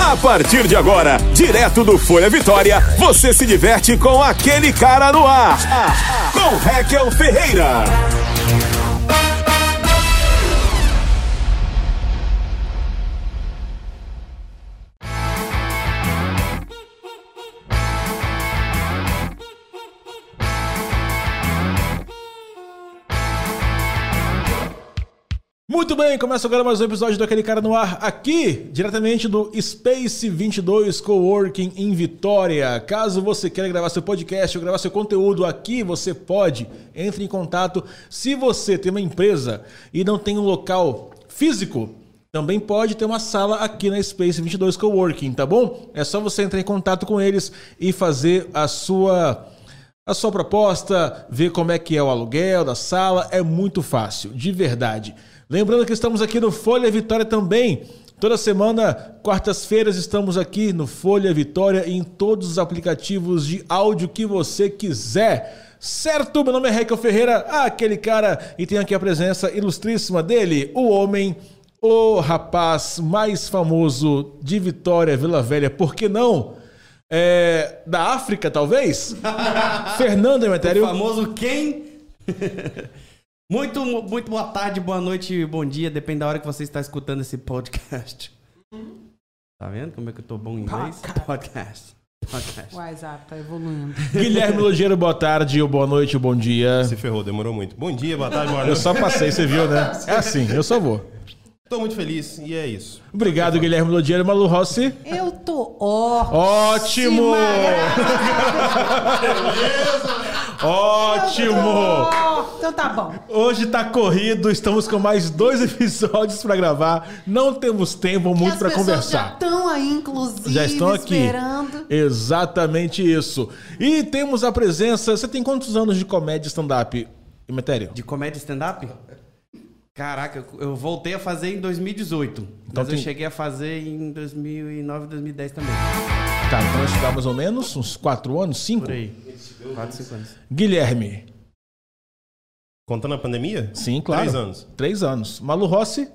A partir de agora, direto do Folha Vitória, você se diverte com aquele cara no ar. Com Raquel Ferreira. Muito bem, começa agora mais um episódio do Aquele Cara no Ar, aqui, diretamente do Space 22 Coworking em Vitória. Caso você queira gravar seu podcast ou gravar seu conteúdo aqui, você pode. Entre em contato. Se você tem uma empresa e não tem um local físico, também pode ter uma sala aqui na Space 22 Coworking, tá bom? É só você entrar em contato com eles e fazer a sua a sua proposta, ver como é que é o aluguel da sala, é muito fácil, de verdade. Lembrando que estamos aqui no Folha Vitória também. Toda semana, quartas-feiras, estamos aqui no Folha Vitória e em todos os aplicativos de áudio que você quiser. Certo? Meu nome é Raquel Ferreira, aquele cara, e tenho aqui a presença ilustríssima dele, o homem, o rapaz mais famoso de Vitória, Vila Velha, por que não? É, da África, talvez? Fernando O Emetério. famoso quem? muito, muito boa tarde, boa noite, bom dia, depende da hora que você está escutando esse podcast. Tá vendo como é que eu tô bom em inglês? Podcast. O Podcast. WhatsApp tá evoluindo. Guilherme Logeiro, boa tarde, ou boa noite, ou bom dia. Se ferrou, demorou muito. Bom dia, boa tarde, boa Eu noite. só passei, você viu, né? É assim, eu só vou. Tô muito feliz e é isso. Obrigado, Guilherme Logeiro. Malu Rossi. Eu tô ótima. Ótimo! Eu tô Ótimo! ó- Então tá bom. Hoje tá corrido, estamos com mais dois episódios pra gravar. Não temos tempo E muito as pra pessoas Já conversar. estão aí, inclusive, Já estão aqui. esperando. Exatamente isso. E temos a presença. Você tem quantos anos de comédia stand-up, Emetério? De comédia stand-up? Caraca, eu- eu voltei a fazer em 2018. Então mas tem- eu cheguei a fazer em 2009, 2010 também. Tá, então isso dá mais ou menos uns quatro anos, cinco. um. Por aí. 4, 5 anos. Guilherme. Contando a pandemia? Sim, claro. Três anos. Três anos. Malu Rossi.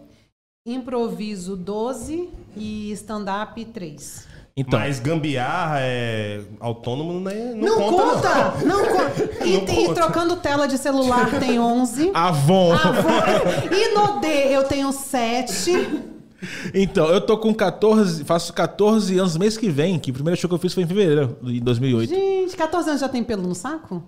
Improviso 12 e stand-up 3. Então. Mas gambiarra é autônomo, né? Não, conta! Não, conta! E, Não tem- e conta. trocando tela de celular tem 11. Avon. Ah, vou- E no D eu tenho 7. Então, eu tô com 14, faço 14 anos mês que vem, que o primeiro show que eu fiz foi em fevereiro de 2008. Gente, 14 anos já tem pelo no saco?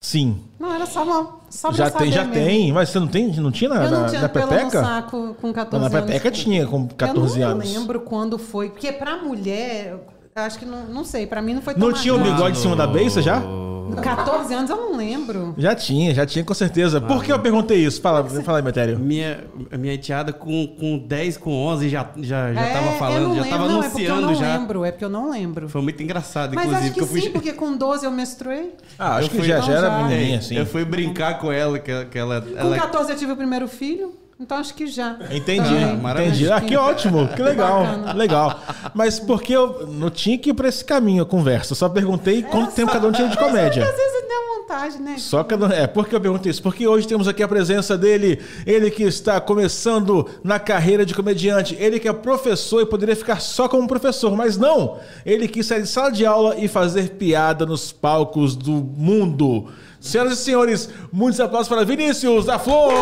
Sim. Não, era só uma. Só pra já saber tem, já mesmo. tem. Mas você não tem, não tinha na, Eu não Ah, na- tinha na pelo no pepeca? saco com 14 Não, na anos. pepeca tinha com 14 eu não anos. lembro quando foi, porque pra mulher, eu acho que não, não sei, pra mim não foi tão Não tinha o marcante. bigode em cima da beça já? Com 14 anos eu não lembro. Já tinha, já tinha com certeza. Por Ah. que eu perguntei isso? Fala, fala aí, Metério. Minha, minha enteada com, com 10, com 11 já, já, já É, tava eu falando, não já lembro. tava não, é porque eu anunciando não já. lembro, é porque eu não lembro. Foi muito engraçado, Mas inclusive. acho que, eu fui- sim, porque com 12 eu menstruei. Ah, acho Eu que fui- já, Então já era já. menininha, assim. Eu fui brincar com ela, que ela. que ela- Com ela- 14 eu tive o primeiro filho, então acho que já. Então, Entendi, Também. maravilha. entendi. Ah, que ótimo, que legal, Bacana. legal. Mas porque eu não tinha que ir pra esse caminho a conversa, eu só perguntei quanto tempo cada um tinha de comédia. Às vezes deu vontade, né? Só que eu não- é, por que eu pergunto isso? Porque hoje temos aqui a presença dele, ele que está começando na carreira de comediante, ele que é professor e poderia ficar só como professor, mas não! Ele quis sair de sala de aula e fazer piada nos palcos do mundo. Senhoras e senhores, muitos aplausos para Vinícius da Flor!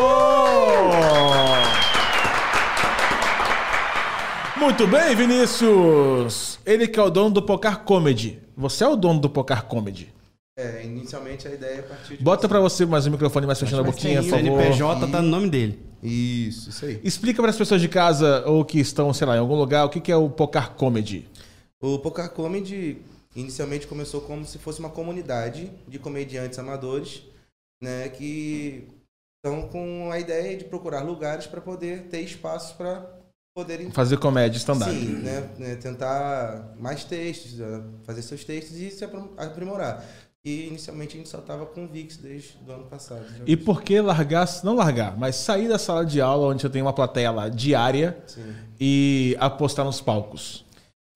Muito bem, Vinícius! Ele que é o dono do Pocar Comedy. Você é o dono do Pocar Comedy. É, inicialmente a ideia é partir de. Bota pra você mais o microfone mais fechando a é boquinha, por favor. CNPJ tá no nome dele. Isso, isso aí. Explica para as pessoas de casa ou que estão, sei lá, em algum lugar, o que que é o Pocar Comedy. O Poker Comedy inicialmente começou como se fosse uma comunidade de comediantes amadores, né, que estão com a ideia de procurar lugares para poder ter espaços para poderem Fazer comédia stand-up. Sim, né, né, tentar mais textos, eh, fazer seus textos e se aprim- aprimorar. E inicialmente a gente só estava com o Vix desde o ano passado. né? E por que largar, não largar, mas sair da sala de aula onde eu tenho uma plateia lá diária Sim. e apostar nos palcos?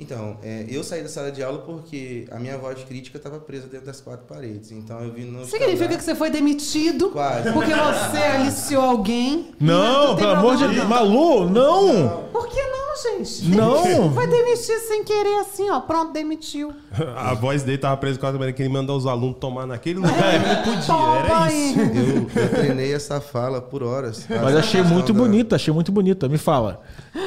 Então, é, eu saí da sala de aula porque a minha voz crítica estava presa dentro das quatro paredes. Então eu vi no. Significa que você foi demitido Quase. porque você aliciou alguém. Não, tem pelo amor de problema, Deus, não. Malu, não! Por que não, gente. Não. Foi demitir sem querer, assim, ó. Pronto, demitiu. A voz dele tava presa com a câmera que ele mandou os alunos tomar naquele lugar. É. Ele É, não podia, Toma era isso. aí. Eu, eu treinei essa fala por horas. Mas achei muito bonito. bonita, achei muito bonita, me fala.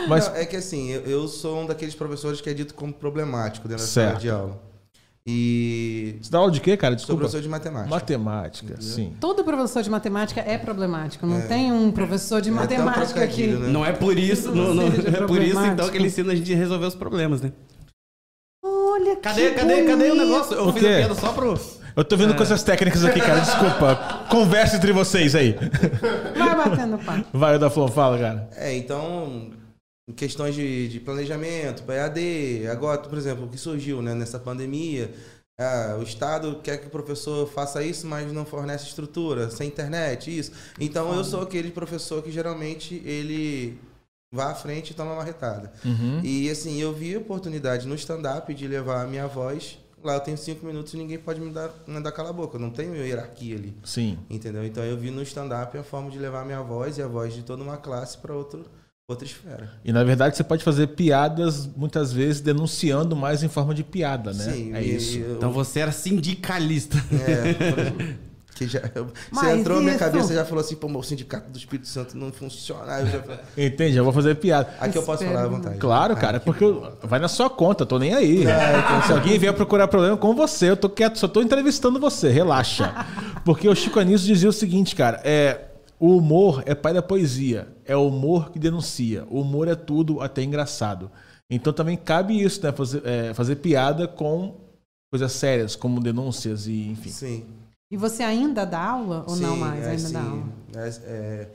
Mas é Não, é que assim, eu, eu sou um daqueles professores que é dito como problemático dentro da Certo. sala de aula. E você dá aula de quê, cara? sou Desculpa. professor de matemática. Matemática, sim. Todo professor de matemática é problemático. Não tem um professor de É até um matemática que. trocadilho, né? Não é por isso, não, não- Seja é por isso então problemático. que ele ensina a gente a resolver os problemas, né? Olha Cadê, que cadê, cadê o bonito. negócio? Eu O fiz a quê? piada só pro. Eu tô É. vendo coisas técnicas aqui, cara, desculpa. Conversa entre vocês aí. Vai batendo papo. Vai, o da Flor, fala, cara. É, então, em questões de, de planejamento, PAD, agora, por exemplo, o que surgiu né, nessa pandemia, ah, o Estado quer que o professor faça isso, mas não fornece estrutura, sem internet, isso. Então, eu sou aquele professor que geralmente ele vai à frente e toma uma marretada. E assim, eu vi a oportunidade no stand-up de levar a minha voz. Lá eu tenho cinco minutos e ninguém pode me dar, mandar calar a boca. Eu não tenho hierarquia ali. Sim. Entendeu? Então eu vi no stand-up a forma de levar a minha voz e a voz de toda uma classe para outra esfera. E na verdade você pode fazer piadas, muitas vezes, denunciando mais em forma de piada, né? Sim, é e- isso. eu- Então você era sindicalista. é, por exemplo, que já, eu- você Mas entrou na minha isso- cabeça e já falou assim, pô, meu, o sindicato do Espírito Santo não funciona. Aí Eu já falei, Entende? Eu vou fazer piada. aqui eu posso Espero falar à não. vontade. Claro, Ah, cara, que porque eu- bom. vai na sua conta, tô nem aí. É, então Se alguém vier procurar problema com você, eu tô quieto, só tô entrevistando você, relaxa. Porque o Chico Anísio dizia o seguinte, cara, é o humor é pai da poesia, é o humor que denuncia, o humor é tudo até engraçado. Então também cabe isso, né, fazer, é, fazer piada com coisas sérias, como denúncias e enfim. Sim. E você ainda dá aula ou não Sim, mais? é, ainda sim. dá aula. É, é,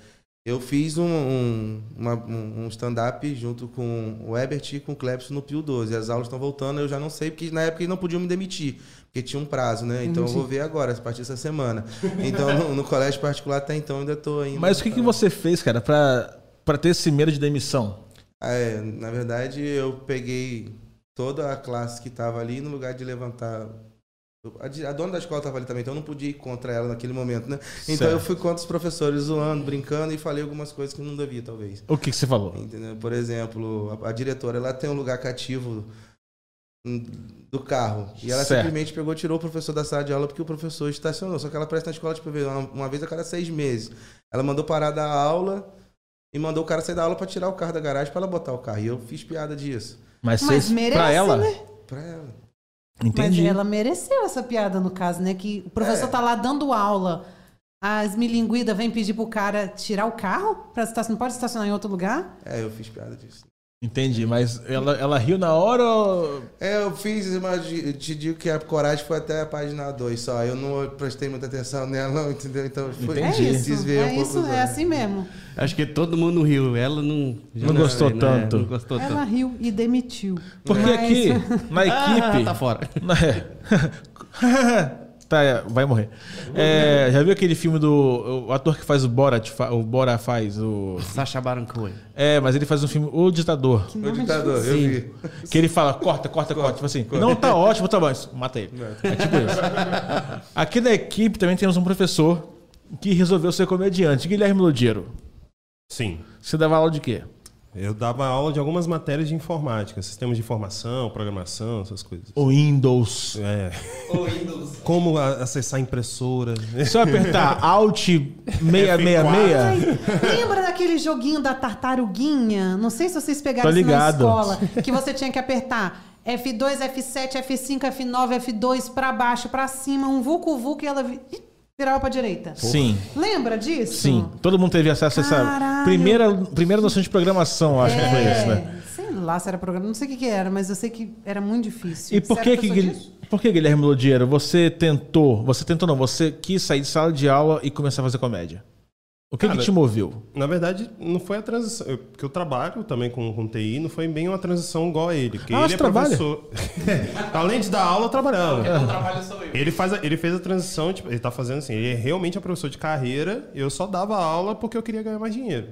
eu fiz um, um, uma- um- um stand-up junto com o Ebert e com o Clepson no Pio 12. As aulas estão voltando, eu já não sei, porque na época eles não podiam me demitir, porque tinha um prazo, né? Então Uhum, eu vou ver agora, a partir dessa semana. Então no, no colégio particular até então ainda estou ainda. Mas o que, que você fez, cara, pra, pra ter esse medo de demissão? Ah, é, na verdade, eu peguei toda a classe que estava ali no lugar de levantar. A di- a dona da escola estava ali também, então eu não podia ir contra ela naquele momento, né? Então eu Certo. fui contra os professores zoando, brincando e falei algumas coisas que não devia, talvez. O que, que você falou? Entendeu? Por exemplo, a, a diretora ela tem um lugar cativo hum, do carro. E ela Certo. simplesmente pegou e tirou o professor da sala de aula porque o professor estacionou. Só que ela presta na escola tipo, uma, uma vez a cada seis meses. Ela mandou parar da aula e mandou o cara sair da aula pra tirar o carro da garagem pra ela botar o carro. E eu fiz piada disso. Mas, Mas você- merece, pra ela? né? Pra ela. Entendi. É. Mas ela mereceu essa piada, no caso, né? Que o professor tá lá dando aula. As milinguidas vêm pedir pro cara tirar o carro pra estacionar. Não pode estacionar em outro lugar? É, eu fiz piada disso. Entendi, mas ela, ela riu na hora ou... É, eu fiz, mas eu te digo que a coragem foi até a página 2 só. Eu não prestei muita atenção nela, entendeu? Então foi Entendi. É isso. desviei É um pouco isso, da- é assim mesmo. Acho que todo mundo riu. Ela não. já Não gostou né? tanto. Não gostou Ela é tanto. riu e demitiu. Porque Mas- aqui, na Ah, equipe... tá fora. Na- é. tá, é, vai morrer. É, já viu aquele filme do... O ator que faz o Borat, fa- o Bora faz o... Sacha Baron Cohen. É, mas ele faz um filme, O Ditador. Que O nome ditador, eu Sim. vi. Que ele fala, corta, corta, corta. Tipo assim, não tá ótimo, tá bom. isso, Mata ele. É tipo isso. Aqui na equipe também temos um professor que resolveu ser comediante. Guilherme Lodiero. Sim. Você dava aula de quê? Eu dava aula de algumas matérias de informática, sistemas de informação, programação, essas coisas. O Windows. É. Como a- acessar impressora. Se eu apertar Alt 666... Ai, Lembra daquele joguinho da tartaruguinha? Não sei se vocês pegaram Tô isso na ligado. escola. Que você tinha que apertar F2, F7, F5, F9, F2 pra baixo, pra cima, um vulco vulco e ela vi- Ih, virava pra direita. Sim, Lembra disso? sim. Todo mundo teve acesso a essa Caralho. primeira, primeira noção de programação, eu acho que foi isso, né? É, sei lá se era programa, não sei o que, que era, mas eu sei que era muito difícil. E por Você que, era que, professor Guil- disso? por que, Guilherme Lodiero, você tentou, você tentou não, você quis sair de sala de aula e começar a fazer comédia? O que, Cara, que te moveu? Na verdade, não foi a transição. eu- Porque eu trabalho também com, com TI, não foi bem uma transição igual a ele. Porque Ah, ele você é trabalha? professor. Além de dar aula, eu trabalhava. Então, Ele, faz a- ele fez a transição, tipo, ele tá fazendo assim, ele é realmente é um professor de carreira, eu só dava aula porque eu queria ganhar mais dinheiro.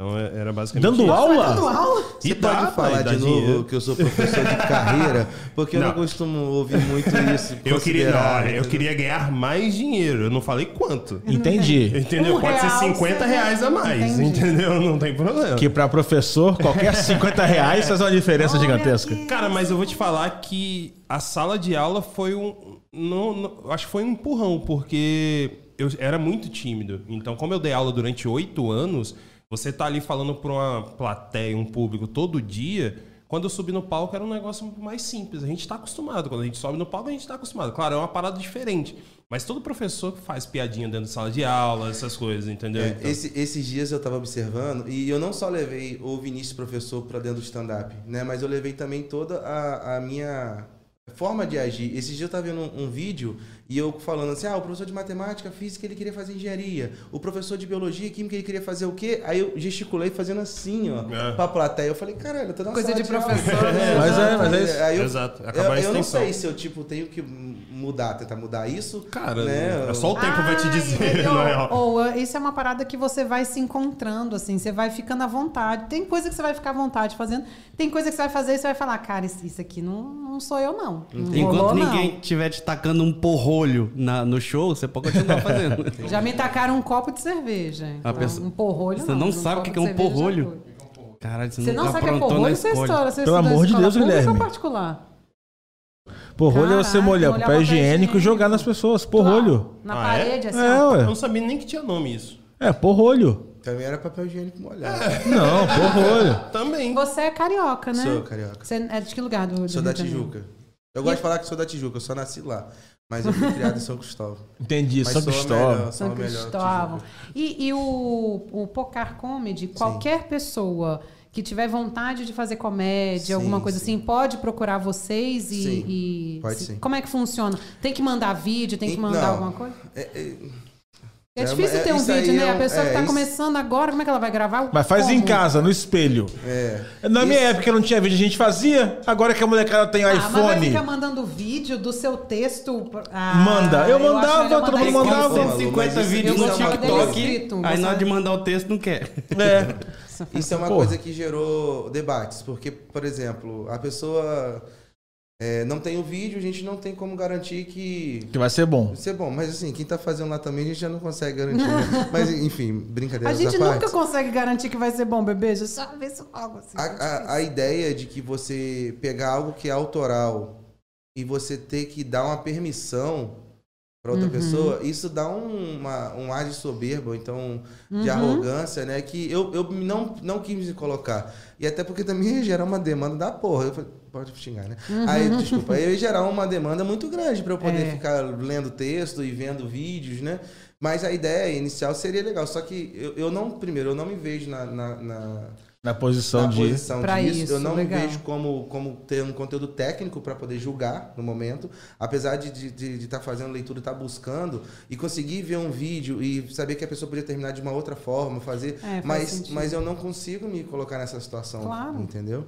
Então é- era basicamente. Dando Dando aula? aula? E Você dá, pode pai, falar dá de novo dinheiro. que eu sou professor de carreira? Porque eu não Não. costumo ouvir muito isso. Eu queria, não, considerado, olha, eu queria ganhar mais dinheiro. Eu não falei quanto. Entendi. Entendeu? Um Pode ser real, 50 você- reais a mais. Entendi. Entendeu? Não tem problema. Que pra professor, qualquer 50 reais faz uma diferença Olha gigantesca. aqui. Cara, mas eu vou te falar que a sala de aula foi um. Não, não- acho que foi um empurrão, porque eu era muito tímido. Então, como eu dei aula durante oito anos, você tá ali falando pra uma plateia, um público todo dia. Quando eu subi no palco era um negócio mais simples. A gente tá acostumado. Quando a gente sobe no palco, a gente tá acostumado. Claro, é uma parada diferente. Mas todo professor que faz piadinha dentro de sala de aula, essas coisas, entendeu? É, Então- esse- esses dias eu tava observando e eu não só levei o Vinícius professor pra dentro do stand-up, né? Mas eu levei também toda a, a minha forma de agir. Esses dias eu tava vendo um, um vídeo e eu falando assim, ah, o professor de matemática, física, ele queria fazer engenharia. O professor de biologia, química, ele queria fazer o quê? Aí eu gesticulei fazendo assim, ó, É. pra plateia. Eu falei, caralho, eu tô dando Coisa sala de aula." professor, né? Mas é, mas é isso. Aí eu, Exato. eu- Acabar a eu, não extensão. sei se eu, tipo, tenho que mudar, tentar mudar isso. Cara, né? é só o tempo vai te Ah, dizer, entendeu? não é? ó. Ou ah, isso é uma parada que você vai se encontrando, assim, você vai ficando à vontade. Tem coisa que você vai ficar à vontade fazendo, tem coisa que você vai fazer e você vai falar, cara, isso, isso aqui não, não sou eu, não. não rolou, Enquanto não." ninguém estiver te tacando um porrolho na- no show, você pode continuar fazendo. Já me tacaram um copo de cerveja. A Não, pessoa- Um porrolho. Você não sabe o que copo é um de cerveja já porrolho? foi. Caralho, você, Você não nunca sabe o que é aprontou na porrolho? Você escola. estoura. Você Pelo estudou amor de escola Deus, pública ou Guilherme. particular? Porrolho é você Caraca, molhar molhar papel papel higiênico e higiênico. jogar nas pessoas. Porrolho. Na Ah, é? parede, assim. É, ó. Eu ué. não sabia nem que tinha nome isso. É, porrolho. Também era papel higiênico molhado. É. Não, porrolho. Também. Você é carioca, né? Sou carioca. Você é de que lugar? Do, do Sou da Rio de Janeiro? Tijuca. Eu gosto de falar que sou da Tijuca, eu só nasci lá. Mas eu fui criado em São Cristóvão. Entendi, Mas São sou a Cristóvão. melhor, sou a São melhor Cristóvão. Tijuca. E, e o, o Pocar Comedy, qualquer pessoa que tiver vontade de fazer comédia, Sim, alguma coisa sim. assim, pode procurar vocês e. Sim, e- pode se- sim. Como é que funciona? Tem que mandar vídeo, tem que Em- mandar não. alguma coisa? É, é, É, É, difícil mas ter um isso aí vídeo, né? é A um- pessoa que é, tá isso- começando agora, como é que ela vai gravar? Mas faz em Como? casa, no espelho. é. Na minha Isso- época não tinha vídeo, a gente fazia. Agora que a molecada tem Ah, mas vai iPhone. ficar mandando vídeo do seu texto. Ah, Manda. Eu acho mandava, melhor todo mundo mandar mandava. escrito. Malu, 150 mas isso- vídeos isso no é uma coisa TikTok, escrita, aí você- na hora de mandar o texto não quer. É. Isso é uma Porra. coisa que gerou debates. Porque, por exemplo, a pessoa é, não tem o vídeo, a gente não tem como garantir que Que vai ser bom. Isso é bom, mas assim, quem tá fazendo lá também a gente já não consegue garantir. né? mas enfim, brincadeira A gente à é parte. nunca consegue garantir que vai ser bom, bebê. Já sabe isso logo assim. A, a, a ideia de que você pegar algo que é autoral e você ter que dar uma permissão para outra pessoa, isso dá um, uma- um ar de soberba, ou então de arrogância, né? Que eu, eu não, não quis me colocar. E até porque também ia gerar uma demanda da porra. Eu falei, pode xingar, né? Aí, desculpa, aí ia gerar uma demanda muito grande para eu poder É. ficar lendo texto e vendo vídeos, né? Mas a ideia inicial seria legal. Só que eu, eu não, primeiro, eu não me vejo na- na- na Na posição na de. posição Pra disso. isso, eu não legal. me vejo como, como ter um conteúdo técnico para poder julgar no momento. Apesar de estar de, de tá fazendo leitura, estar buscando e conseguir ver um vídeo e saber que a pessoa podia terminar de uma outra forma, fazer. É, faz mas, sentido. mas eu não consigo me colocar nessa situação. Claro. Entendeu?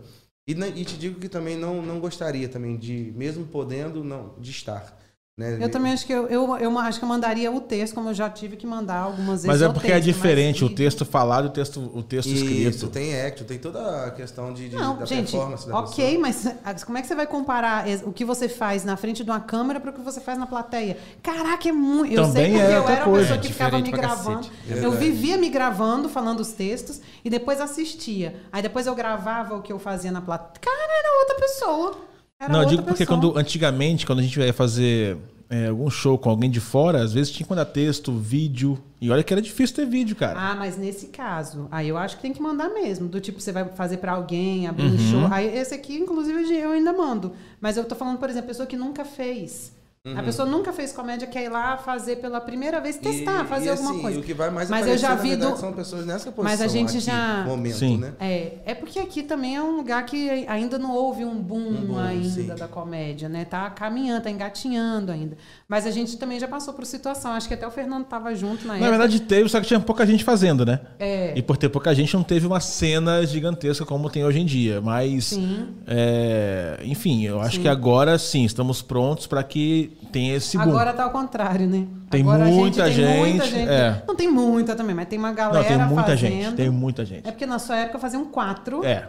E, não- e te digo que também não, não gostaria também de, mesmo podendo, não, de estar. Né? Eu também acho que eu, eu, eu acho que eu mandaria o texto, como eu já tive que mandar algumas vezes. Mas é o porque é texto, mas diferente o vídeo- texto falado e o texto, o texto Isso, escrito. tem act, tem toda a questão de, de- Não, da gente, performance da ok, mas ah, como é que você vai comparar es- o que você faz na frente de uma câmera para o que você faz na plateia? Caraca, é muito. Eu sei Também porque é eu outra era a coisa. pessoa que É ficava me diferente pra gravando. cacete. Eu vivia me gravando, falando os textos, e depois assistia. Aí depois eu gravava o que eu fazia na plateia. Cara, era outra pessoa. Era Não, eu outra digo porque pessoa. quando antigamente, quando a gente ia fazer é, algum show com alguém de fora, às vezes tinha que mandar texto, vídeo. E olha que era difícil ter vídeo, cara. Ah, mas nesse caso, aí eu acho que tem que mandar mesmo. Do tipo, você vai fazer pra alguém, abrir Uhum. um show. Aí esse aqui, inclusive, eu ainda mando. Mas eu tô falando, por exemplo, pessoa que nunca fez. A pessoa nunca fez comédia, quer ir lá fazer pela primeira vez, testar, Uhum. E- fazer e, alguma assim, coisa. O que vai mais mas eu aparecer, já na vi verdade, do. são pessoas nessa posição. Mas a gente aqui, já- Momento, Sim. né? É, é porque aqui também é um lugar que ainda não houve um boom, boom, ainda sim. da comédia, né? Tá caminhando, tá engatinhando ainda. Mas a gente também já passou por situação. Acho que até o Fernando tava junto na, Na época. verdade teve, só que tinha pouca gente fazendo, né? É. E por ter pouca gente não teve uma cena gigantesca como tem hoje em dia. Mas, Sim. é, enfim, eu acho que agora sim, estamos prontos para que tem esse boom. Agora tá ao contrário, né? Tem Agora muita gente, é. Não tem muita também, mas tem uma galera Não, tem muita fazendo. gente, tem muita gente. É porque na sua época faziam quatro. É.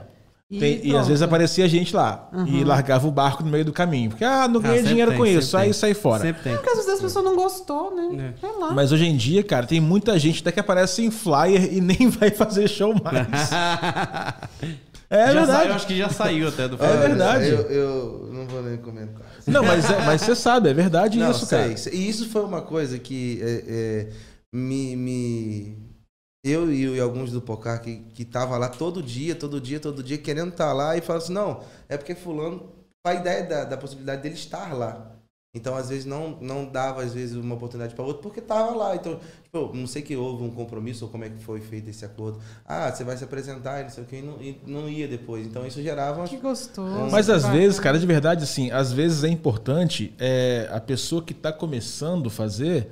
E Tem- e pronto. às vezes aparecia gente lá e largava o barco no meio do caminho. Porque, ah, não ganhei sempre dinheiro tem, com sempre isso, aí tem. sai fora. É Sempre tem. Porque às vezes a pessoa não gostou, né? Sei lá. Mas hoje em dia, cara, tem muita gente até que aparece em flyer e nem vai fazer show mais. É já verdade. Saiu, acho que já saiu até do É Olha, verdade. Eu, eu não vou nem comentar. Não, mas, é- mas você sabe, é verdade Não, isso, sei, cara. sei. E isso foi uma coisa que é, é, me, me- Eu e, eu e alguns do Pocar que, que tava lá todo dia, todo dia, todo dia, querendo estar lá e falava assim, não, é porque fulano. A ideia da, da possibilidade dele estar lá. Então, às vezes, não, não dava, às vezes, uma oportunidade para outro, porque tava lá. Então, tipo, não sei que houve um compromisso ou como é que foi feito esse acordo. Ah, você vai se apresentar e não sei o que, e não, e não ia depois. Então, isso gerava. Que gostoso. Mas às Bacana. vezes, cara, de verdade, assim, às vezes é importante é, a pessoa que tá começando a fazer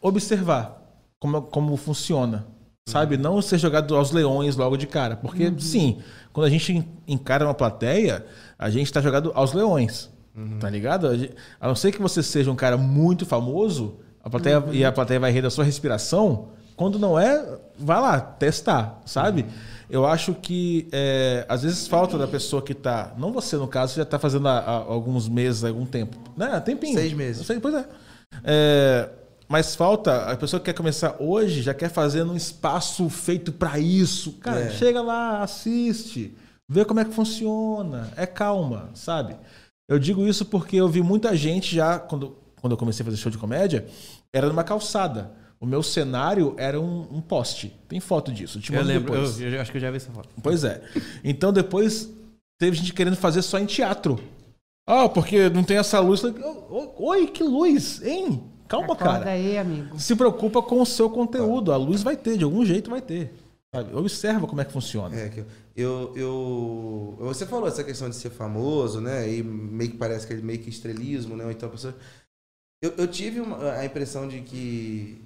observar como, como funciona. Sabe? Não ser jogado aos leões logo de cara. Porque, sim, quando a gente en- encara uma plateia, a gente tá jogado aos leões. Tá ligado? A gen- A não ser que você seja um cara muito famoso, a plateia, Uhum. e a plateia vai rir da sua respiração. Quando não é, vai lá, testar, sabe? Uhum. Eu acho que é, às vezes falta da pessoa que tá. Não você, no caso, você já tá fazendo há, há alguns meses, algum tempo. Né? Tempinho. Seis meses. Eu sei, pois é. É, Mas falta, a pessoa que quer começar hoje já quer fazer num espaço feito pra isso. Cara, É. chega lá, assiste, vê como é que funciona. É calma, sabe? Eu digo isso porque eu vi muita gente já, quando, quando eu comecei a fazer show de comédia, era numa calçada. O meu cenário era um, um poste. Tem foto disso. Eu, te Eu mando lembro, depois. eu, eu acho que eu já vi essa foto. Pois é. Então depois teve gente querendo fazer só em teatro. Ah, porque não tem essa luz. Eu falei, "Ô, ô, Oi, que luz, hein? Calma, Acorda cara. aí, amigo. Se preocupa com o seu conteúdo. A luz vai ter, de algum jeito vai ter. Sabe? Observa como é que funciona. É, que eu, eu, eu- Você falou essa questão de ser famoso, né? E meio que parece que é meio que estrelismo, né? Ou então a pessoa. Eu, eu tive uma- a impressão de que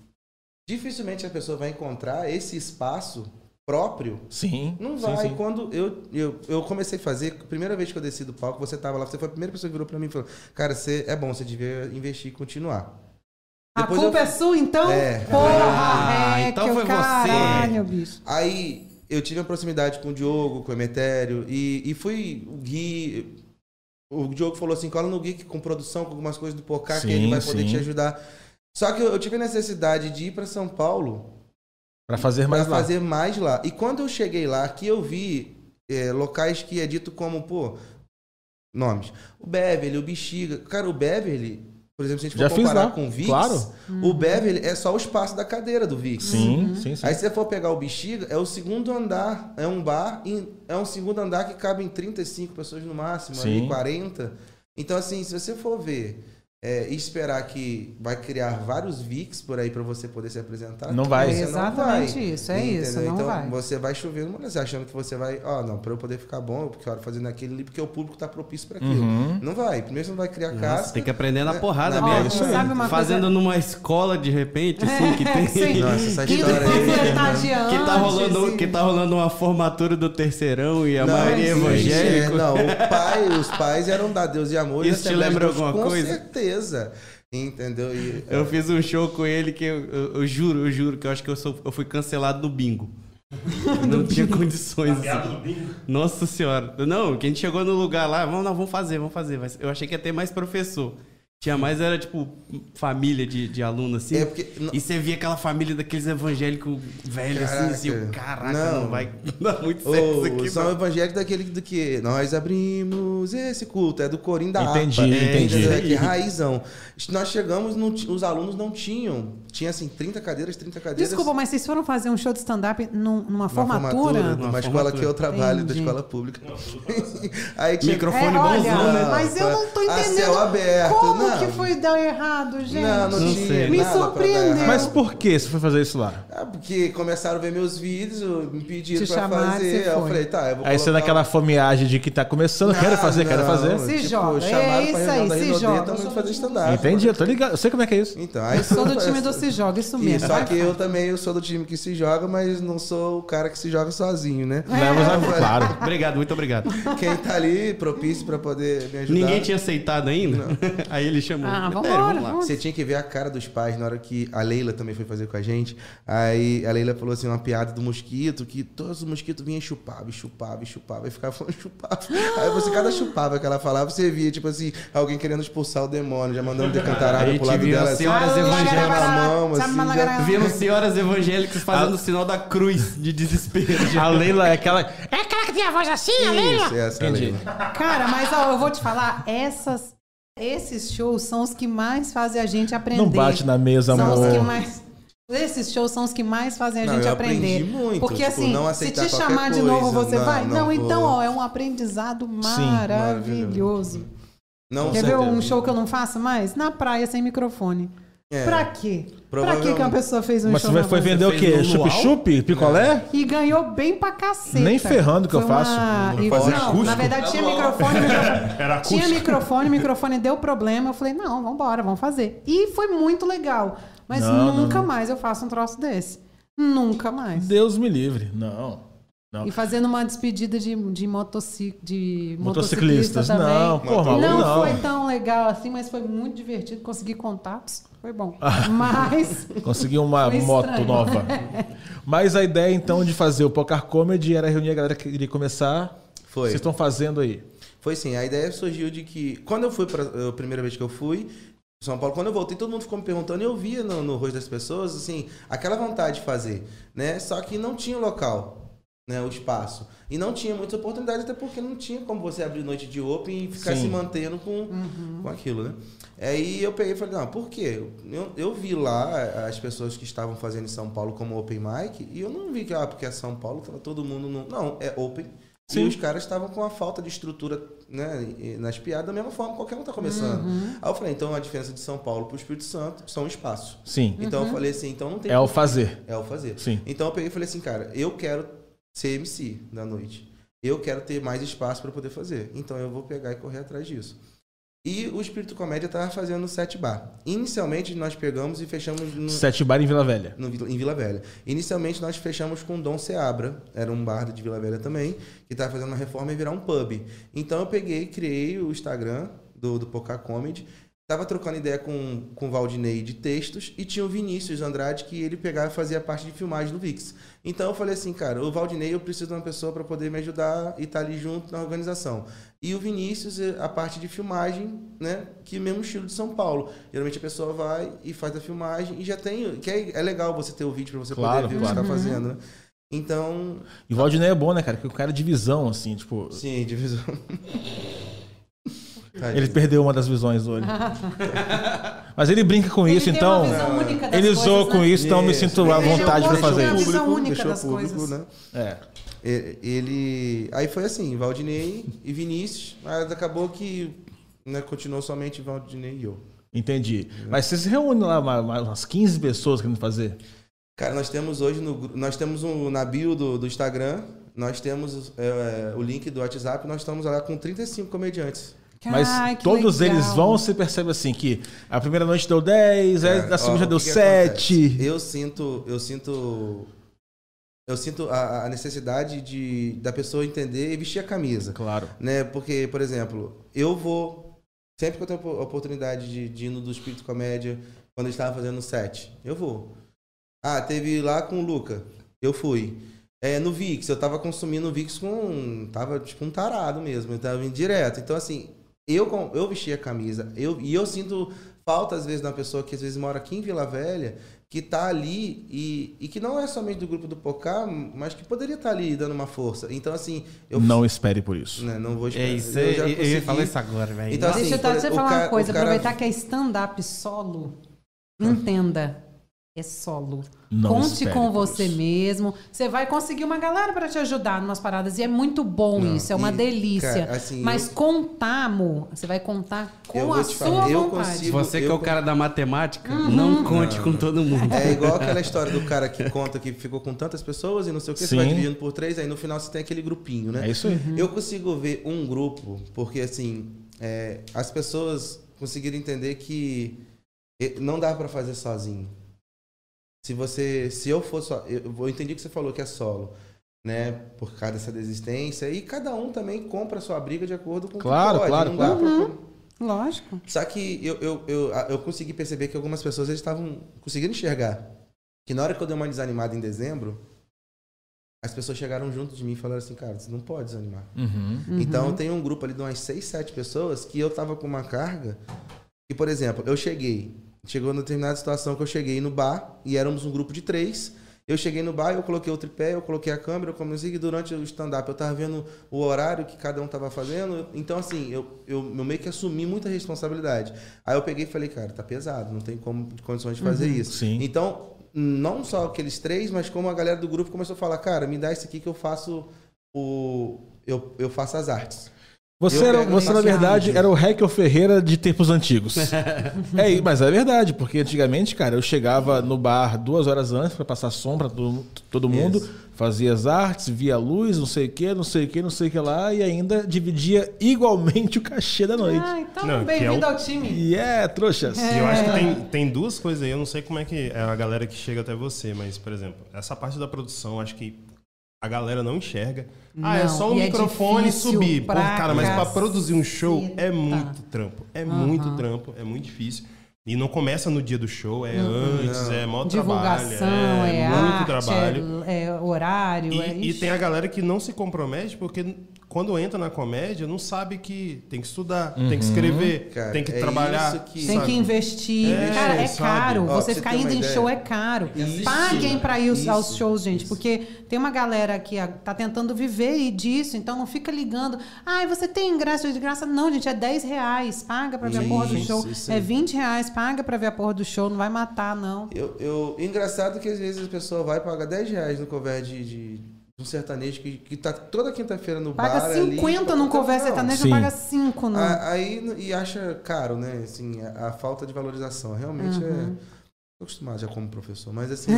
dificilmente a pessoa vai encontrar esse espaço próprio. Sim. Não sim, vai. sim. Quando eu, eu, eu comecei a fazer, a primeira vez que eu desci do palco, você tava lá, você foi a primeira pessoa que virou pra mim e falou: Cara, você é bom, você devia investir e continuar. A Depois culpa eu- é sua, então? É. Porra, Ah, é então que foi o você. caralho, bicho. Aí eu tive uma proximidade com o Diogo, com o Emetério, e, e fui o Gui. O Diogo falou assim: cola no Gui que com produção, com algumas coisas do Pocá, que Sim, ele vai poder sim. te ajudar. Só que eu, eu tive a necessidade de ir para São Paulo Pra fazer para mais lá. fazer mais lá. E quando eu cheguei lá, que eu vi é, locais que é dito como, pô, nomes. O Beverly, o Bexiga. Cara, o Beverly, por exemplo, se a gente Já for fiz comparar lá, com o Vix, claro. o Beverly é só o espaço da cadeira do Vix. Sim, Uhum. sim, sim. Aí se você for pegar o Bexiga, é o segundo andar, é um bar, em- é um segundo andar que cabe em 35 pessoas no máximo, Sim. aí 40. Então, assim, se você for ver é, e esperar que vai criar vários VIX por aí pra você poder se apresentar, Não vai. você Exatamente isso, é isso, não então, vai. você vai chovendo, mas você achando que você vai, ó, não, pra eu poder ficar bom, eu quero fazer naquele ali, porque o público tá propício pra aquilo. Uhum. Não vai, primeiro você não vai criar Nossa, casa. tem que aprender na né? porrada Não, mesmo. é isso aí. Sabe uma Fazendo coisa- É, numa escola de repente, assim, que tem. Sim. Nossa, essa Quinto história aí. concertagiante, Que tá, rolando, sim. que tá rolando uma formatura do terceirão e a maioria é sim, evangélica. é, não, o pai, os pais eram da Deus e amor. e Isso te Assembleia de lembra Deus, alguma com coisa? certeza. Entendeu? E, Eu fiz um show com ele que eu, eu- eu juro, eu juro que eu acho que eu, sou- eu fui cancelado do bingo. Eu não tinha condições. assim. Nossa senhora. Não, que a gente chegou no lugar lá, vamos, não, vamos fazer, vamos fazer. Mas eu achei que ia ter mais professor. Tinha mais, era tipo, família de, de aluno, assim. É porque- E você via aquela família daqueles evangélicos velhos, assim, assim, eu, Caraca. caraca, não. Não. vai dar muito certo é, Ô, isso aqui, são não. evangélicos daquele do que nós abrimos esse culto, é do corim da Entendi, harpa. entendi. É, que raizão. Nós chegamos, não ti- os alunos não tinham. Tinha assim 30 cadeiras, 30 cadeiras. Desculpa, mas vocês foram fazer um show de stand-up num- numa Uma formatura? numa Uma escola formatura. que eu trabalho, da Entendi. escola pública. Aí tinha- Microfone é, bonzão, olha, né? Mas eu não tô A entendendo céu aberto, como não. que foi dar errado, gente. Não, não, Não tinha. sei. Me nada pra dar surpreendeu. errado. Mas por que você foi fazer isso lá? Ah, porque começaram a ver meus vídeos, me pediram Te pra chamaram, fazer. você Aí eu foi. falei, tá, eu vou Aí você colocar- naquela fomeagem de que tá começando, quero Ah, fazer, quero não, fazer. Se joga, é chamaram pra isso reunião aí, da se Rinodê joga. também pra fazer stand-up. Entendi, eu tô ligado. Eu sei como é que é isso. Então, aí Eu sou do foi- time do Se Joga, isso E, mesmo. né? só Vai, que eu também eu sou do time que se joga, mas não sou o cara que se joga sozinho, né? Não, mas, claro. Obrigado, muito obrigado. Quem tá ali propício pra poder me ajudar. Ninguém tinha aceitado ainda? Aí ele ele chamou. É, Ah, Mas, vambora, pera, vamos. Você tinha que ver a cara dos pais na hora que a Leila também foi fazer com a gente. Aí a Leila falou assim, uma piada do mosquito, que todos os mosquitos vinham e chupavam, e chupavam, e chupavam, e ficava falando chupava. Aí você, cada chupava que ela falava, você via, tipo assim, alguém querendo expulsar o demônio, já mandando decantarada Aí te pro lado viu dela, as assim, senhoras beijando evangélicas. a mão, Sabe assim, uma já- lagaragem? Vimos senhoras evangélicas fazendo o sinal da cruz de desespero. A Leila é aquela. É aquela que tem a voz assim, a Leila? Isso, essa é a Leila. Cara, mas ó, eu vou te falar, essas, esses shows são os que mais fazem a gente aprender. Não bate na mesa, são amor. os que mais. Esses shows são os que mais fazem a Não, gente eu aprendi aprender. muito, Porque tipo, assim, não se aceitar te qualquer chamar de coisa, novo, você não, vai. Não, não então, vou. ó, é um aprendizado maravilhoso. Não, Quer ver um show que eu não faço mais? Na praia sem microfone. É. Pra quê? Pra quê Provavelmente. que uma pessoa fez um Mas show? você vai- na foi praia? vender o fez quê? no luau? Chup-chup? Picolé? E ganhou bem pra caceta. Nem ferrando que eu Foi uma- faço. e- fazer não, acústico. na verdade tinha microfone. microfone- Tá Era tinha acústico. microfone, o microfone deu problema. Eu falei, não, vambora, vamos fazer. E foi muito legal. Mas Não, não, nunca mais eu faço um troço desse. Nunca mais. Deus me livre. Não. E fazendo uma despedida de, de, motocic, de motociclista Motociclistas. também. Não, porra, Não, maluco, não. foi tão legal assim, mas foi muito divertido. Consegui contatos, foi bom. Mas Ah. Consegui uma Foi moto estranho. nova. Mas a ideia, então, de fazer o Poker Comedy era reunir a galera que iria começar. Foi. Vocês estão fazendo aí. Foi sim, a ideia surgiu de que. Quando eu fui pra. A primeira vez que eu fui, São Paulo, quando eu voltei, todo mundo ficou me perguntando, e eu via no, no rosto das pessoas, assim, aquela vontade de fazer, né? Só que não tinha o local, né? O espaço. E não tinha muitas oportunidades, até porque não tinha como você abrir noite de open e ficar Sim. se mantendo com, com aquilo, né? Aí eu peguei e falei, não, por quê? Eu, eu vi lá as pessoas que estavam fazendo em São Paulo como open mic, e eu não vi que, ah, porque é São Paulo, tava todo mundo no. Não, é open. Sim. E os caras estavam com a falta de estrutura né, e- nas piadas da mesma forma, qualquer um tá começando. Uhum. Aí eu falei, então a diferença de São Paulo pro Espírito Santo são espaços. Sim. Então eu falei assim, então não tem É o fazer. é o fazer. Sim. Então eu peguei e falei assim, cara, eu quero ser MC da noite. Eu quero ter mais espaço para poder fazer. Então eu vou pegar e correr atrás disso. E o Espírito Comédia tava fazendo sete bar. Inicialmente nós pegamos e fechamos no, Sete bar em Vila Velha. no Vila- em Vila Velha. Inicialmente nós fechamos com o Dom Seabra, era um bar de Vila Velha também, que estava fazendo uma reforma e virar um pub. Então eu peguei e criei o Instagram do, do Pocá Comedy, tava trocando ideia com, com o Valdinei de textos e tinha o Vinícius Andrade que ele pegava e fazia parte de filmagem do Vix. Então eu falei assim, cara, o Valdinei eu preciso de uma pessoa para poder me ajudar e estar ali junto na organização. E o Vinícius, eh, a parte de filmagem, né? Que mesmo estilo de São Paulo. Geralmente a pessoa vai e faz a filmagem e já tem. Que é, é legal você ter o vídeo para você Claro, poder ver claro. o que está fazendo, né? Então, E o Valdinei é bom, né, cara? Porque o cara é de visão, assim, tipo. sim, divisão. Tadinho. Ele perdeu uma das visões do olho. Mas ele brinca com isso, ele então. tem uma visão única das Ele coisas, zoou né? com isso, então eu me Isso. sinto à Ele é um vontade pra monstro fazer de isso. visão única deixou das coisas. né? É. E- ele aí foi assim Valdinei e Vinícius mas acabou que né, continuou somente Valdinei e eu Entendi. Mas vocês se reúnem lá uma- uma- umas 15 pessoas querendo fazer? cara nós temos hoje no gru- nós temos um na bio do, do Instagram nós temos é, o link do WhatsApp nós estamos lá com 35 comediantes Mas Ai, que todos legal. eles vão, você percebe assim que a primeira noite deu 10, aí Cara, a É, ó, segunda o deu que que acontece? 7. Eu sinto, eu sinto, eu sinto a, a necessidade de da pessoa entender e vestir a camisa, Claro. né? Porque, por exemplo, eu vou sempre que eu tenho a oportunidade de, de ir no do Espírito Comédia, quando eu estava fazendo set, eu vou. Ah, teve lá com o Luca, eu fui. É, no Vix, eu tava consumindo o Vix com. Tava tipo um tarado mesmo, eu tava indo direto. Então, assim, eu, com- eu vesti a camisa. Eu, e eu sinto falta, às vezes, de uma pessoa que às vezes mora aqui em Vila Velha, que tá ali e, e que não é somente do grupo do Pocá, mas que poderia estar ali dando uma força. Então, assim, eu Não espere por isso. né, não vou É esperar. isso, eu, eu, ia consegui. falar isso agora, velho. Então, assim, Deixa eu, tá, por- deixa eu o falar cara- uma o coisa, cara- Ah. aproveitar que é stand-up solo. Entenda. É solo. Não Conte espere com por você isso. mesmo. Você vai conseguir uma galera pra te ajudar em umas paradas. E é muito bom isso, é uma e, delícia. cara, assim, Mas eu- contar, amor, você vai contar Eu com vou a te sua falar, eu vontade. consigo- Você que eu- é o cara da matemática, Uhum. não conte com todo mundo. É igual aquela história do cara que conta que ficou com tantas pessoas e não sei o que, você vai Sim. dividindo por três, aí no final você tem aquele grupinho, né? É isso aí. Eu consigo ver um grupo, porque assim, é, as pessoas conseguiram entender que eh, não dá pra fazer sozinho. Se você, se eu for só, eu eu entendi que você falou que é solo, né? Por causa dessa desistência e cada um também compra a sua briga de acordo com o Claro, que pode. claro, não dá pra- Lógico. Só que eu, eu, eu, a- eu consegui perceber que algumas pessoas eles estavam conseguindo enxergar. Que na hora que eu dei uma desanimada em dezembro, as pessoas chegaram junto de mim e falaram assim, cara, você não pode desanimar. Então tem um grupo ali de umas 6, 7 pessoas que eu tava com uma carga. E, por exemplo, eu cheguei. Chegou numa determinada situação que eu cheguei no bar e éramos um grupo de três. Eu cheguei no bar, eu coloquei o tripé, eu coloquei a câmera, eu comecei e durante o stand-up eu tava vendo o horário que cada um tava fazendo. Então, assim, eu, eu, eu meio que assumi muita responsabilidade. Aí eu peguei e falei, cara, tá pesado, não tem como condições de fazer isso. sim. Então, não só aqueles três, mas como a galera do grupo começou a falar, cara, me dá isso aqui que eu faço o. Eu, eu faço as artes. Você, Eu era, quero você na passar verdade, rádio. era o Heckel Ferreira de tempos antigos. é, e- mas é verdade, porque antigamente, cara, eu chegava no bar duas horas antes pra passar som pra todo, todo mundo, fazia as artes, via a luz, não sei o que, não sei o que, não sei o que lá, e ainda dividia igualmente o cachê da noite. Ah, então Não, que é bem-vindo o- ao time. E é, trouxas. E eu acho que É. tem, tem duas coisas aí, eu não sei como é que é a galera que chega até você, mas, por exemplo, essa parte da produção, acho que a galera não enxerga. ah, é Não, só o e é microfone difícil subir. Pô, pra cara, mas pra caceta. produzir um show é muito trampo. É muito trampo, é muito difícil. E não começa no dia do show, é antes, é mó trabalho. Uhum. Divulgação, é, muito arte, trabalho. É, é horário. é, E, e ixi. tem a galera que não se compromete porque quando entra na comédia não sabe que tem que estudar, tem que escrever, Cara, tem que é trabalhar. isso que- Tem sabe? que investir. É, Cara, é sabe? Ó, caro. pra você você ficar ter uma indo em ideia. show é caro. Isso, Paguem pra ir aos- aos isso, shows, gente. Porque tem uma galera que ah, tá tentando viver e disso, então não fica ligando. Ai, você tem ingresso de graça? Não, gente, é 10 reais. Paga pra ver a porra do Isso, show. isso aí. É 20 reais. Paga pra ver a porra do show. Não vai matar, não. Eu, eu, engraçado que às vezes a pessoa vai pagar 10 reais no cover de, de, de um sertanejo que, que tá toda quinta-feira no bar. Paga ali. 50 num cover Não. Ah, sertanejo, Sim. não paga 5 não. A- Aí, n- e acha caro, né? Assim, a, a falta de valorização. Realmente é. Tô acostumado já como professor, mas assim.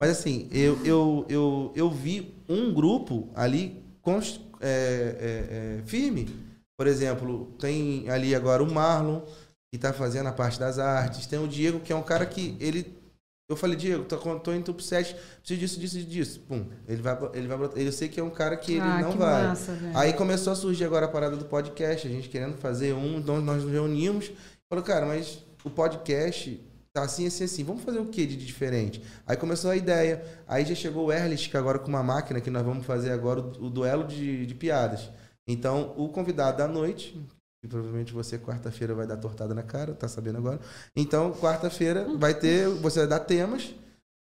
mas assim, eu, eu, eu, eu vi um grupo ali cons- é, é, é, firme. Por exemplo, tem ali agora o Marlon, que tá fazendo a parte das artes. Tem o Diego, que é um cara que ele. Eu falei, Diego, tô, com- tô em top 7, preciso disso, disso, e disso. Pum. Ele vai, bo- ele vai botar- Eu sei que é um cara que ele ah, não que vai. massa, velho. Aí começou a surgir agora a parada do podcast, a gente querendo fazer um, então nós nos reunimos. Falou, cara, mas o podcast tá assim, assim, assim, vamos fazer o que de diferente? Aí começou a ideia. Aí já chegou o Erlich, que agora é com uma máquina que nós vamos fazer agora o, o duelo de, de piadas. Então, o convidado da noite, que provavelmente você quarta-feira vai dar tortada na cara, tá sabendo agora. Então, quarta-feira vai ter, você vai dar temas,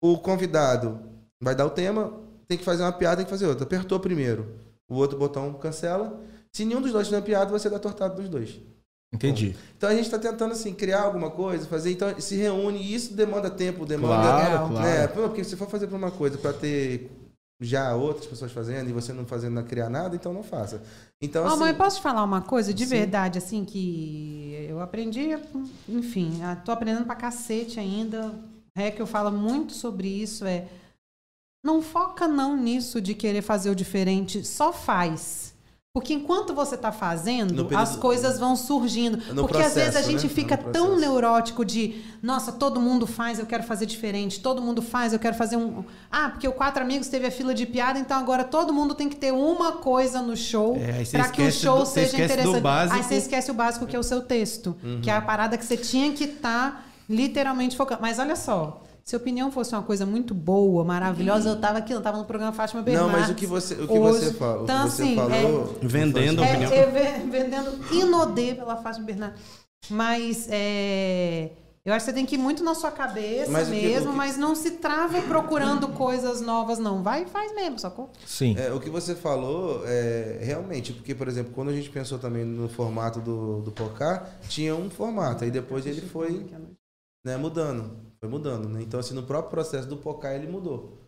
o convidado vai dar o tema, tem que fazer uma piada, tem que fazer outra. Apertou primeiro, o outro botão cancela. Se nenhum dos dois fizer piada, você dá tortada dos dois. Entendi. Então a gente está tentando assim criar alguma coisa, fazer. Então se reúne e isso demanda tempo, demanda. Claro, claro. né? Pô, Porque se for fazer para uma coisa para ter já outras pessoas fazendo e você não fazendo não criar nada, então não faça. Então Ó, assim, mãe, posso te falar uma coisa de verdade, assim, que eu aprendi, enfim, ah, tô aprendendo pra cacete ainda. É que eu falo muito sobre isso, é. Não foca não nisso de querer fazer o diferente, só faz. Porque enquanto você tá No fazendo, período- as coisas vão surgindo. No Porque às vezes a processo, gente né? fica tão No processo. neurótico de, nossa, todo mundo faz, eu quero fazer diferente, todo mundo faz, eu quero fazer um. Ah, porque o Quatro Amigos teve a fila de piada, então agora todo mundo tem que ter uma coisa no show É, aí você para que o esquece show do- você seja esquece do interessante. básico. Aí você esquece o básico que é o seu texto, Uhum. que é a parada que você tinha que estar literalmente focando. Mas olha só, se a opinião fosse uma coisa muito boa, maravilhosa, eu tava aqui, eu tava no programa Fátima não, Bernardes. mas o que você o que hoje. você fala, o que né? Então, você assim, é- falou, Vendendo a opinião. é, é, ve- vendendo inodê pela Fátima Bernardo. Mas é, eu acho que você tem que ir muito na sua cabeça Mas o que- mesmo, o que- mas não se trava procurando coisas novas, não. Vai e faz mesmo, sacou? Sim. É, o que você falou é realmente, porque, por exemplo, quando a gente pensou também no formato do, do Pocá, tinha um formato, aí depois ele foi né, mudando. Foi mudando, né? Então, assim, no próprio processo do Pocá ele mudou.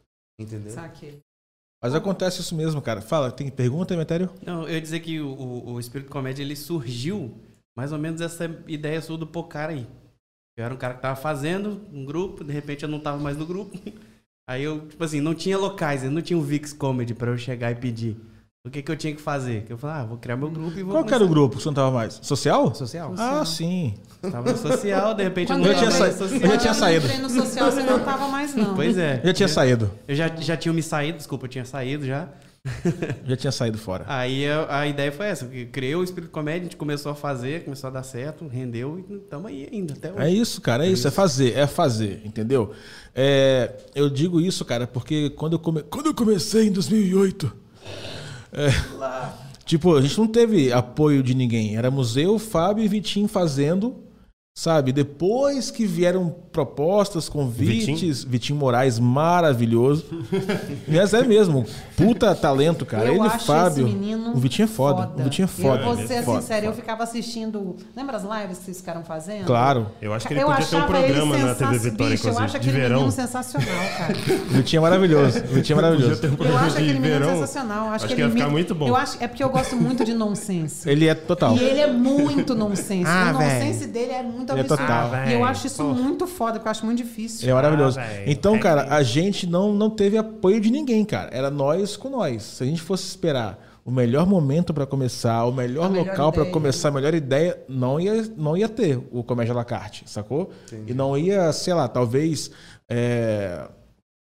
Entendeu? Saquei. Mas acontece isso mesmo, cara. Fala, tem pergunta, Metério? Não, eu ia dizer que o, o, o Espírito Comédia ele surgiu mais ou menos essa ideia sua do Pocar aí. Eu era um cara que tava fazendo um grupo, de repente eu não tava mais no grupo. Aí eu, tipo assim, não tinha locais, eu não tinha um Vix Comedy pra eu chegar e pedir. O que que eu tinha que fazer? Que eu falei, ah, vou criar meu grupo e vou. Qual que era o grupo que você não tava mais? Social? Social. Ah, sim. Tava no social, de repente eu Quando não Eu tava tinha mais saído. no Eu já social. tinha saído. Eu entrei no social, você não tava mais, não. Pois é. Já tinha saído. Eu já, já tinha me saído, desculpa, eu tinha saído já. Já tinha saído fora. Aí a, a ideia foi essa, que criou o Espírito Comédia, a gente começou a fazer, começou a dar certo, rendeu e estamos aí ainda até É hoje. isso, cara, é isso, é fazer, é fazer, entendeu? É, eu digo isso, cara, porque quando eu, come... quando eu comecei em 2008, é, tipo, a gente não teve apoio de ninguém. Éramos eu, Fábio e Vitinho fazendo, sabe? Depois que vieram propostas, convites, Vitinho, Moraes, maravilhoso. Mas é mesmo, puta talento, cara. eu Ele, acho Fábio. esse menino o Vitinho é foda. O Vitinho é foda. Eu vou ser Foda, sincero, eu foda. ficava assistindo. Lembra as lives que vocês ficaram fazendo? Claro, Eu acho que ele Eu podia ter um achava ele programa na TV sensacional. Vitória, Bicho, eu acho inclusive, de aquele menino verão. Um sensacional, cara. o Vitinho é maravilhoso. O Vitinho é maravilhoso. Eu acho aquele de menino verão. sensacional. Acho, Acho que ele ia ficar imita- muito bom. Eu acho, é porque eu gosto muito de nonsense. Ele é total. E ele é muito nonsense. Ah, o nonsense dele é muito Ele é absurdo. total. e eu acho isso muito foda, porque eu acho muito difícil. Ele é maravilhoso. Ah, velho. então, É cara, que- a gente não, não teve apoio de ninguém, cara. Era nós com nós. Se a gente fosse esperar o melhor momento pra começar, o melhor A melhor local pra ideia. começar, a melhor ideia, não ia, não ia ter o Comédia à la carte, sacou? E não ia, sei lá, talvez. é,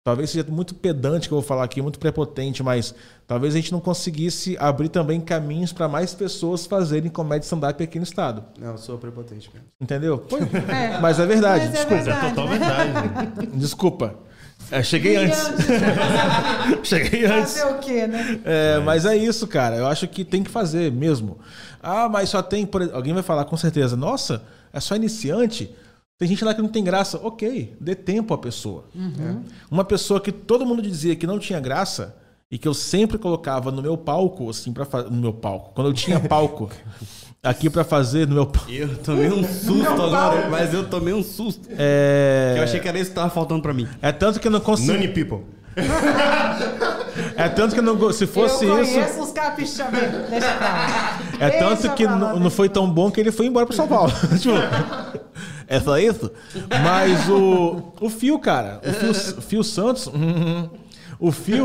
Talvez seja muito pedante que eu vou falar aqui, muito prepotente, mas talvez a gente não conseguisse abrir também caminhos pra mais pessoas fazerem comédia stand-up aqui no estado. Não, eu sou prepotente mesmo. Entendeu? Pô, É. Mas é verdade, Mas é desculpa. É total né? verdade. Desculpa. É, cheguei antes. Cheguei antes. Fazer o quê, né? É, mas é isso, cara. Eu acho que tem que fazer mesmo. Ah, mas só tem. por ex- Alguém vai falar com certeza. Nossa, é só iniciante. Tem gente lá que não tem graça. Ok, dê tempo à pessoa. É. Uma pessoa que todo mundo dizia que não tinha graça e que eu sempre colocava no meu palco, assim, para no meu palco. Quando eu tinha palco aqui pra fazer no meu palco. Eu tomei um susto agora, mas eu tomei um susto. É... Eu achei que era isso que tava faltando pra mim. é tanto que eu não consigo. Nani People. É tanto que eu não. go- Se fosse eu isso. conheço uns capixaba. Deixa pra lá. É Deixa tanto que pra lá, não deixa não foi tão bom que ele foi embora pro São Paulo. tipo, é só isso? Mas o, o Fio, cara, o Fio, o Fio Santos, uhum, o Fio,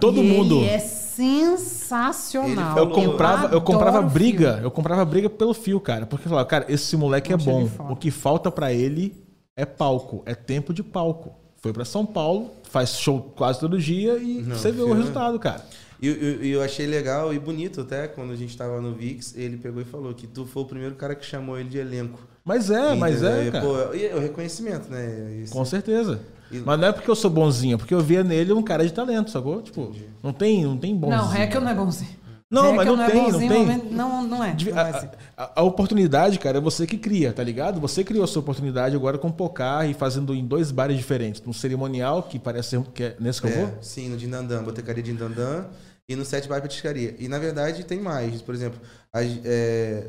todo E mundo. Ele é sensacional. Eu comprava, eu comprava adoro briga, eu comprava briga pelo Fio, cara, porque eu falava, cara, esse moleque é Não tira bom. ele fora. O que falta pra ele é palco, é tempo de palco. Foi pra São Paulo, faz show quase todo dia e você vê o Fio é- resultado, cara. E eu, eu, eu achei legal e bonito até, quando a gente tava no VIX, ele pegou e falou que tu foi o primeiro cara que chamou ele de elenco. Mas Ah, é, mas é, Entendeu? cara. E, pô, e é o reconhecimento, né? Isso. Com certeza. E- Mas não é porque eu sou bonzinho, é porque eu via nele um cara de talento, sacou? Tipo, não tem, não tem filme. bonzinho. Não, Heckel não é bonzinho. Não, mas Heckel não, tem, é bonzinho, não tem. momento- Não, não é. Devia- não vai ser. A, a- a oportunidade, cara, é você que cria, tá ligado? Você criou a sua oportunidade agora com Pocar e fazendo em dois bares diferentes. No cerimonial, que parece ser um- que é nesse que Então eu vou. É, sim, no Dindandã, Botecaria Dindandã e no Sete Bar Petiscaria. E na verdade tem mais, por exemplo, as- é,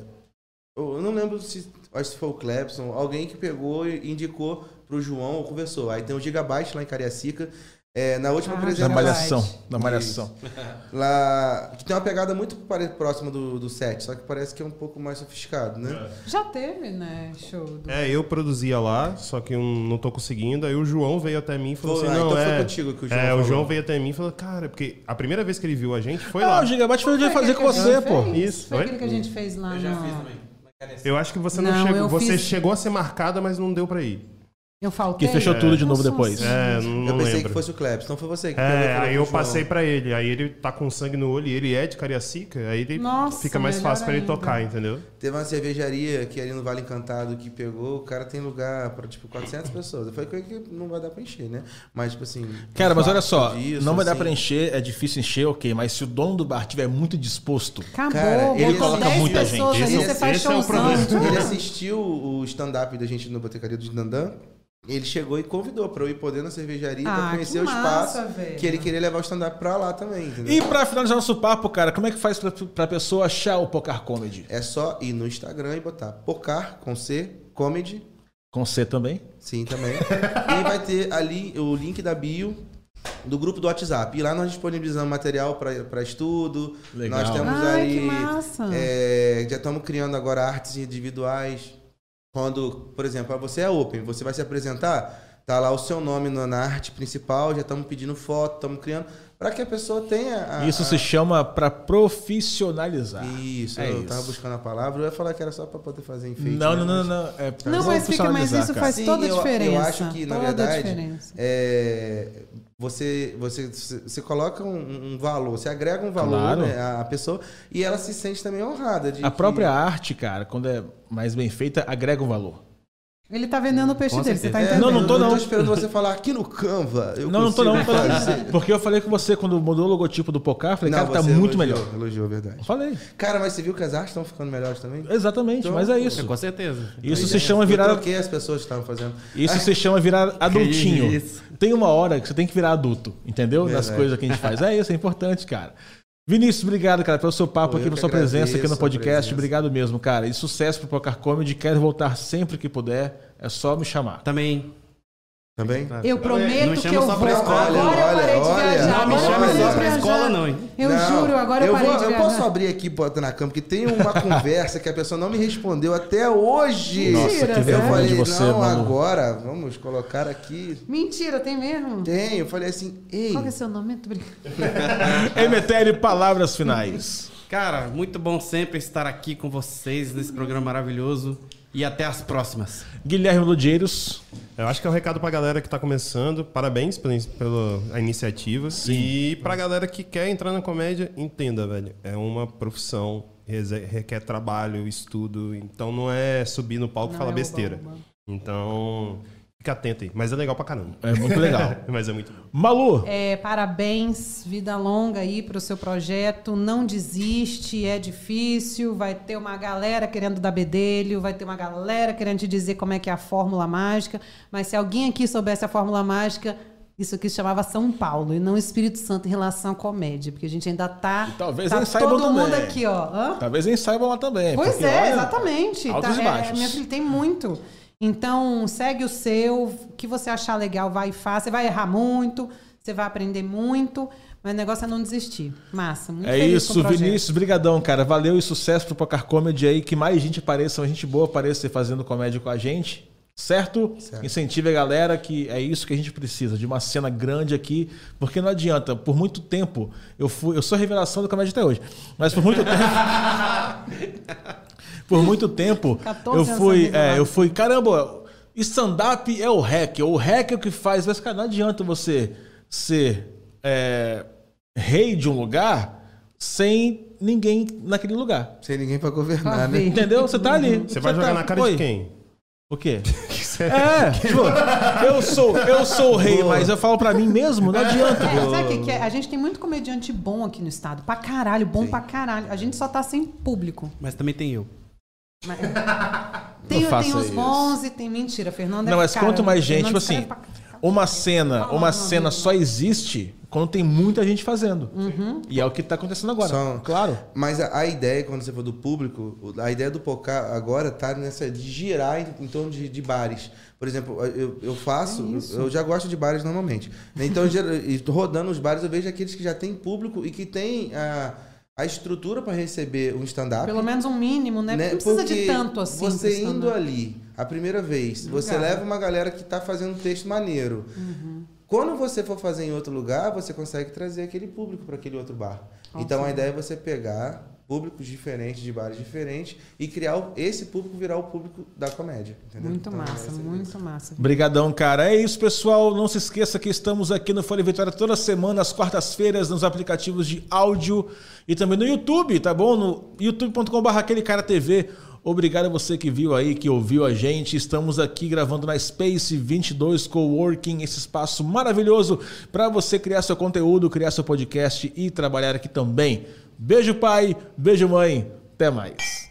eu eu não lembro se, acho que foi o Clepson, alguém que pegou e indicou pro João ou conversou. Aí tem o Gigabyte lá em Cariacica. É, na última Ah, Na apresentação. malhação. Na malhação. Lá. Que tem uma pegada muito pare- próxima do, do set, só que parece que é um pouco mais sofisticado, né? Já teve, né? Show do. É, eu produzia lá, só que eu não tô conseguindo. Aí o João veio até mim e falou Foi, assim: ah, não, então é. foi contigo que o João é, o falou. João veio até mim e falou: cara, porque a primeira vez que ele viu a gente foi Ah, lá. o Gigabyte foi o dia fazer com você, pô. Isso, é, Foi oi? aquilo que a gente fez lá. Eu já fiz também. Eu acho que você não, Não, chegou. eu Você fiz- chegou a ser marcada, mas não deu pra ir. Eu faltei. Que fechou tudo de Eu novo sou depois. assim. É, não, eu não pensei lembro. que fosse o Clepson, então foi você que pegou e É, falou aí pro eu João. passei pra ele. Aí ele tá com sangue no olho e ele é de Cariacica. Aí ele Nossa, fica mais melhor fácil pra ele ainda. tocar, entendeu? Teve uma cervejaria que ali no Vale Encantado que pegou, o cara tem lugar pra tipo 400 pessoas. Eu falei que não vai dar pra encher, né? Mas tipo assim. Cara, mas olha fato só, disso, não vai dar assim, pra encher, é difícil encher, ok, mas se o dono do bar tiver muito disposto, Acabou, Cara, ele botou coloca 10 muita pessoas gente. ali, Esse- você faz esse é o showzão. problema. Ele assistiu o stand-up da gente no Botecaria do Dinandã. Ele chegou e convidou pra eu ir poder na cervejaria Ah, pra que conhecer o massa, espaço. velho. Que ele queria levar o stand-up pra lá também, entendeu? E pra finalizar nosso papo, cara, como é que faz pra, pra pessoa achar o Pocar Comedy? É só ir no Instagram e botar Pocar com C, Comedy, Com C também? Sim, também. e vai ter ali o link da bio do grupo do WhatsApp. E lá nós disponibilizamos material para estudo. Legal. Nós temos Ai, aí. que massa. é, já estamos criando agora artes individuais. Quando, por exemplo, ah, você é open, você vai se apresentar. Tá lá o seu nome na na arte principal, já estamos pedindo foto, estamos criando, para que a pessoa tenha a, Isso a- se chama pra profissionalizar. Isso, É eu isso. tava buscando a palavra, eu ia falar que era só para poder fazer enfeite. Não, né, não, não, mas- não. É pra Não, mas fica, mas profissionalizar, isso cara. faz Sim, toda a eu- eu diferença. acho que, na toda a verdade, diferença. é, você, você, você coloca um, um valor, você agrega um valor Claro. né, à pessoa e ela se sente também honrada. De A que- própria arte, cara, quando é mais bem feita, agrega um valor. Ele tá vendendo o peixe Com dele, certeza. você tá entendendo? Não, não tô, É, né, Eu não. tô esperando você falar aqui no Canva. Eu não, não tô não. consigo não tô não. fazer." Porque eu falei com você quando mudou o logotipo do Pocar, eu falei, cara, tá você muito elogiou, melhor. Elogiou, verdade. Falei, Cara, mas você viu que as artes estão ficando melhores também? exatamente, Então, mas é isso. Com certeza. Isso se Ideias. chama Eu virar. troquei as pessoas que estavam fazendo. Isso se chama virar adultinho. isso. Tem uma hora que você tem que virar adulto, entendeu? Das Verdade. coisas que a gente faz. É isso, é importante, cara. Vinícius, obrigado, cara, pelo seu papo Pô, eu aqui, pela que sua presença aqui no agradeço a podcast. presença. Obrigado mesmo, cara. E sucesso pro Pocar Comedy. Quero voltar sempre que puder. É só me chamar. Também. Também? Eu Não prometo chama que eu só pra vou. escola, agora eu olha, parei de olha, viajar. não me agora eu chame parei só de pra viajar. escola, não, hein? Eu Não, juro, agora eu, eu parei vou, de Eu viajar. posso abrir aqui, botar na cama, que tem uma conversa que a pessoa não me respondeu até hoje. Nossa, que eu vergonha falei, de você, não, Malu. agora, vamos colocar aqui. Mentira, tem mesmo? Tem, eu falei assim, ei, Qual que é seu nome? Tô brincando. Emetério, palavras finais. Cara, muito bom sempre estar aqui com vocês nesse programa maravilhoso. E até as próximas. Guilherme Ludeiros. Eu acho que é um recado pra galera que tá começando. Parabéns pela, pela iniciativa. E pra galera que quer entrar na comédia, entenda, velho. É uma profissão, reze- requer trabalho, estudo. Então não é subir no palco e Não, falar é besteira. oba, oba. Então, fica atento aí. Mas é legal pra caramba. É muito legal. Mas é muito bom. Malu. É, parabéns, vida longa aí pro seu projeto. Não desiste, é difícil. Vai ter uma galera querendo dar bedelho, vai ter uma galera querendo te dizer como é que é a fórmula mágica. Mas se alguém aqui soubesse a fórmula mágica, isso aqui se chamava São Paulo e não Espírito Santo em relação à comédia, porque a gente ainda tá. E talvez tá nem saibam todo mundo também. Tá aqui, ó. Hã? Talvez nem saibam lá também. Pois porque, é, olha, exatamente. altos Tá, e é, baixos. minha filha tem muito. Então, segue o seu, o que você achar legal, vai e faça. Você vai errar muito, você vai aprender muito, mas o negócio é não desistir. Massa, muito É feliz com isso, o projeto. Vinícius, brigadão, cara. Valeu e sucesso pro Pocar Comedy aí, que mais gente apareça, uma gente boa apareça fazendo comédia com a gente, certo? Incentive a galera que é isso que a gente precisa, de uma cena grande aqui, porque não adianta, por muito tempo, eu fui, eu sou a revelação do comédia até hoje, mas por muito tempo por muito tempo, 14 eu anos fui, sendo é, eu revelado. fui, caramba, stand-up é o hack, o hack é o que faz, mas cara, não adianta você ser é, rei de um lugar sem ninguém naquele lugar. sem ninguém pra governar, né? Talvez. Entendeu? Você tá ali. Você vai tá- jogar na cara Oi, de quem? O quê? É, tipo, eu sou, eu sou o rei, mas eu falo pra mim mesmo, não adianta. É, sabe o que, que é? A gente tem muito comediante bom aqui no estado. Pra caralho, bom pra caralho. A gente só tá sem público. Mas também tem eu. Mas- Tem, faça tem os isso. bons e tem mentira. Fernando é Não, mas cara, quanto mais gente, Fernando tipo assim, é pra caralho. uma cena, Fala, uma meu cena amigo. só existe quando tem muita gente fazendo. E é o que tá acontecendo agora. Só- Claro. Mas a, a ideia, quando você for do público, o- a ideia do Pocá agora tá nessa de girar em, em torno de, de bares. Por exemplo, eu, eu faço, eu, eu já gosto de bares normalmente. né? Então, eu gera- e tô rodando os bares, eu vejo aqueles que já têm público e que têm a, a estrutura para receber um stand-up. Pelo menos um mínimo, né? né? Não precisa Porque de tanto assim. Uhum. pro Você stand-up. indo ali a primeira vez, você Obrigada. leva uma galera que tá fazendo um texto maneiro. Uhum. Quando você for fazer em outro lugar, você consegue trazer aquele público para aquele outro bar. Então a ideia é você pegar públicos diferentes, de bares diferentes, e criar o- esse público virar o público da comédia. Entendeu? Muito Então, massa, essa é a muito massa. Obrigadão, cara. É isso, pessoal. Não se esqueça que estamos aqui no Folha Vitória toda semana, às quartas-feiras, nos aplicativos de áudio e também no YouTube, tá bom? No youtube.com.br aquele cara TV. Obrigado a você que viu aí, que ouviu a gente. Estamos aqui gravando na Space 22 Coworking, esse espaço maravilhoso para você criar seu conteúdo, criar seu podcast e trabalhar aqui também. Beijo, pai. Beijo, mãe. Até mais.